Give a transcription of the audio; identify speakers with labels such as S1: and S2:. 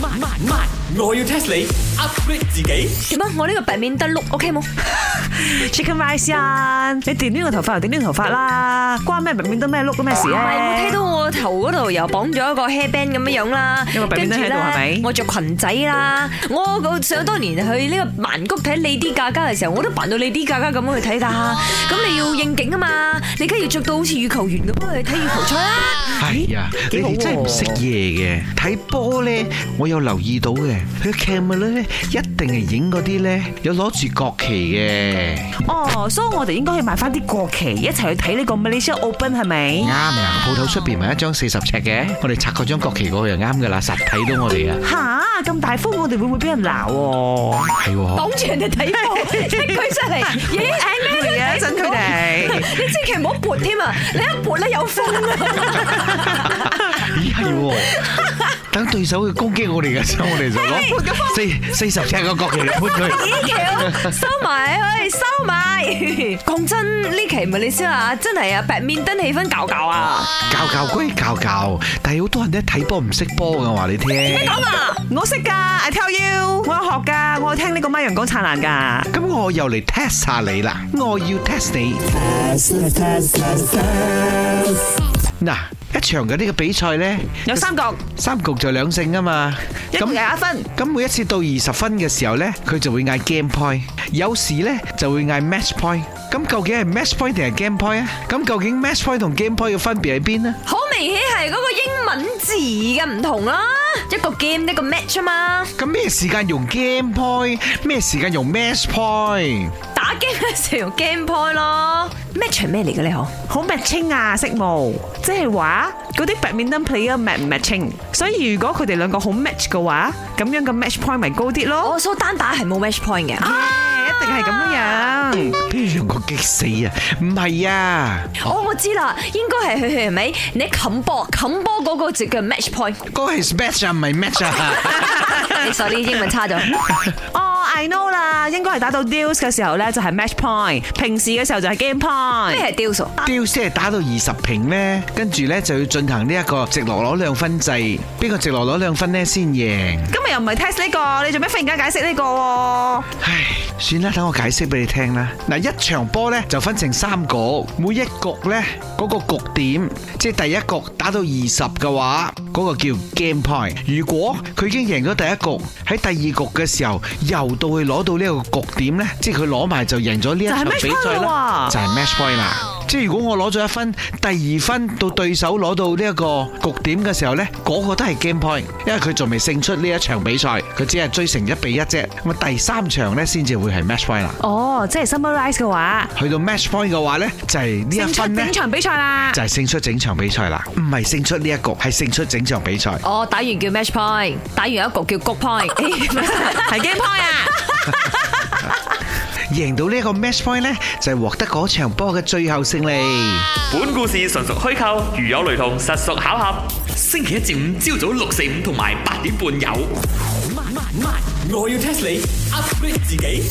S1: 慢慢慢，我要 test 你 upgrade 自己。
S2: 點啊？我呢個白面得碌，OK 冇？
S3: Chicken rice 啊！你電呢個頭髮又電呢個頭髮啦，關咩面都咩碌都咩事
S2: 唔係，我
S3: 啊？
S2: 睇到我頭嗰度又綁咗一個 hairband 咁樣樣啦，
S3: 有個白面燈喺度啊係咪
S2: 跟住呢我着裙仔啦，我個想當年去呢個曼谷睇 Lady Gaga 嘅時候，我都扮到 Lady Gaga 咁樣去睇㗎。咁你要應景啊嘛，你梗係要着到好似羽球員咁去睇羽球賽啊啦。
S4: 哎呀，你
S3: 幾好
S4: 哋真係唔
S3: 喎
S4: 識嘢嘅。睇波咧，我有留意到嘅，佢 camera 咧一定係影嗰啲咧有攞住國旗嘅。
S3: 哦，所以我哋應該去買翻啲國旗一齊去睇呢個 Malaysia Open 係咪
S4: 啱？啊！鋪頭出邊咪一張四十尺嘅，我哋拆嗰張國旗過去就啱噶啦，實睇到我哋啊。
S3: 吓，咁大風，我哋會唔會俾人鬧喎？
S4: 係喎，
S2: 擋住人哋 睇波，一句出嚟，咦？
S3: angry 嘅一陣佢哋
S2: 你千祈唔好撥添啊！你一撥咧有風啊！
S4: 咦係喎。等對手去攻擊我哋嘅時候，我哋就攞四四十尺嘅國旗嚟潑佢。
S2: 呢條收埋，喂，收 埋！講真，呢期咪你知啊，真係啊，白面燈氣氛搞搞啊！
S4: 教教歸教教，但係好多人咧睇波唔識波嘅話你聽。
S3: 我識㗎，I tell you，我有學㗎，我有聽呢個孖陽光燦爛㗎。
S4: 咁我又嚟 test 下你啦，我要 test 你。嗱，一場嘅呢個比賽呢，
S3: 有三角，
S4: 三局就兩勝啊嘛。
S3: 一共廿一分。
S4: 咁每一次到二十分嘅時候呢，佢就會嗌 game point，有時呢就會嗌 match point。咁究竟係 match point 定係 game point 啊？咁究竟 match point 同 game point 嘅分別喺邊呢？
S2: 好明顯係嗰個英文字嘅唔同啦，一個 game 一個 match 啊嘛，
S4: 咁咩時間用 game point，咩時間用 match point？
S2: 打 game 嘅時候用 game point 咯，match 係咩嚟嘅咧？嗬？
S3: 好 matching 啊，色毛，即係話嗰啲 badminton player match 唔 matching，所以如果佢哋兩個好 match 嘅話，咁樣嘅 match point 咪高啲咯。
S2: 我所單打係冇 match point À, 嘅。
S3: 一定係咁樣樣。
S4: 邊樣我激死啊？唔係啊！
S2: 哦，我知啦，應該係佢佢係咪？你冚波冚波嗰個就叫 match point。
S4: 嗰個係 match 啊，唔係 match 啊。
S2: 你 sorry 英文差咗。
S3: 哦，I know 啦，應該係打到 deals 嘅時候咧就係 match point，平時嘅時候就係 game
S2: 咩
S3: point。
S2: 係 deal 數？
S4: 屌先係打到二十平呢，跟住呢就要進行呢一個直落攞兩分制，邊個直落攞兩分呢先贏？
S3: 今日又唔係 test 呢個，你做咩忽然間解釋呢個喎？
S4: 唉，算啦，等我解釋俾你聽啦。嗱，一場波呢就分成三局，每一局呢嗰個局點，即係第一局打到二十嘅話，嗰個叫 game point。如果佢已經贏咗第一局，喺第二局嘅時候又到去攞到呢個局點呢，即係佢攞埋就贏咗呢一場
S3: 就係啊 match
S4: 比賽
S3: point 啦
S4: 啦，
S3: 喎
S4: 就係 match point 啦。即係如果我攞咗一分，第二分到對手攞到呢一個局點嘅時候呢，嗰、個都係 game point，因為佢仲未勝出呢一場比賽，佢只係追成一比一啫。咁啊，第三場呢，先至會係 match point 啦。
S3: 哦，即係 summarize 嘅話，
S4: 去到 match point 嘅話呢，就係、呢一
S3: 勝出
S4: 分呢
S3: 整，場比賽啦。
S4: 就係勝出整場比賽啦，唔係勝出呢一局，係勝出整場比賽。
S2: 哦，打完叫 match point，打完一局叫局 point。
S3: 係 game point 啊！
S4: 贏到呢一個 match point 呢，就係、獲得嗰場波嘅最後勝利。
S1: 本故事純屬虛構，如有雷同，實屬巧合。星期一至五朝早六四五同埋八點半有。我要 test 你 upgrade 自己。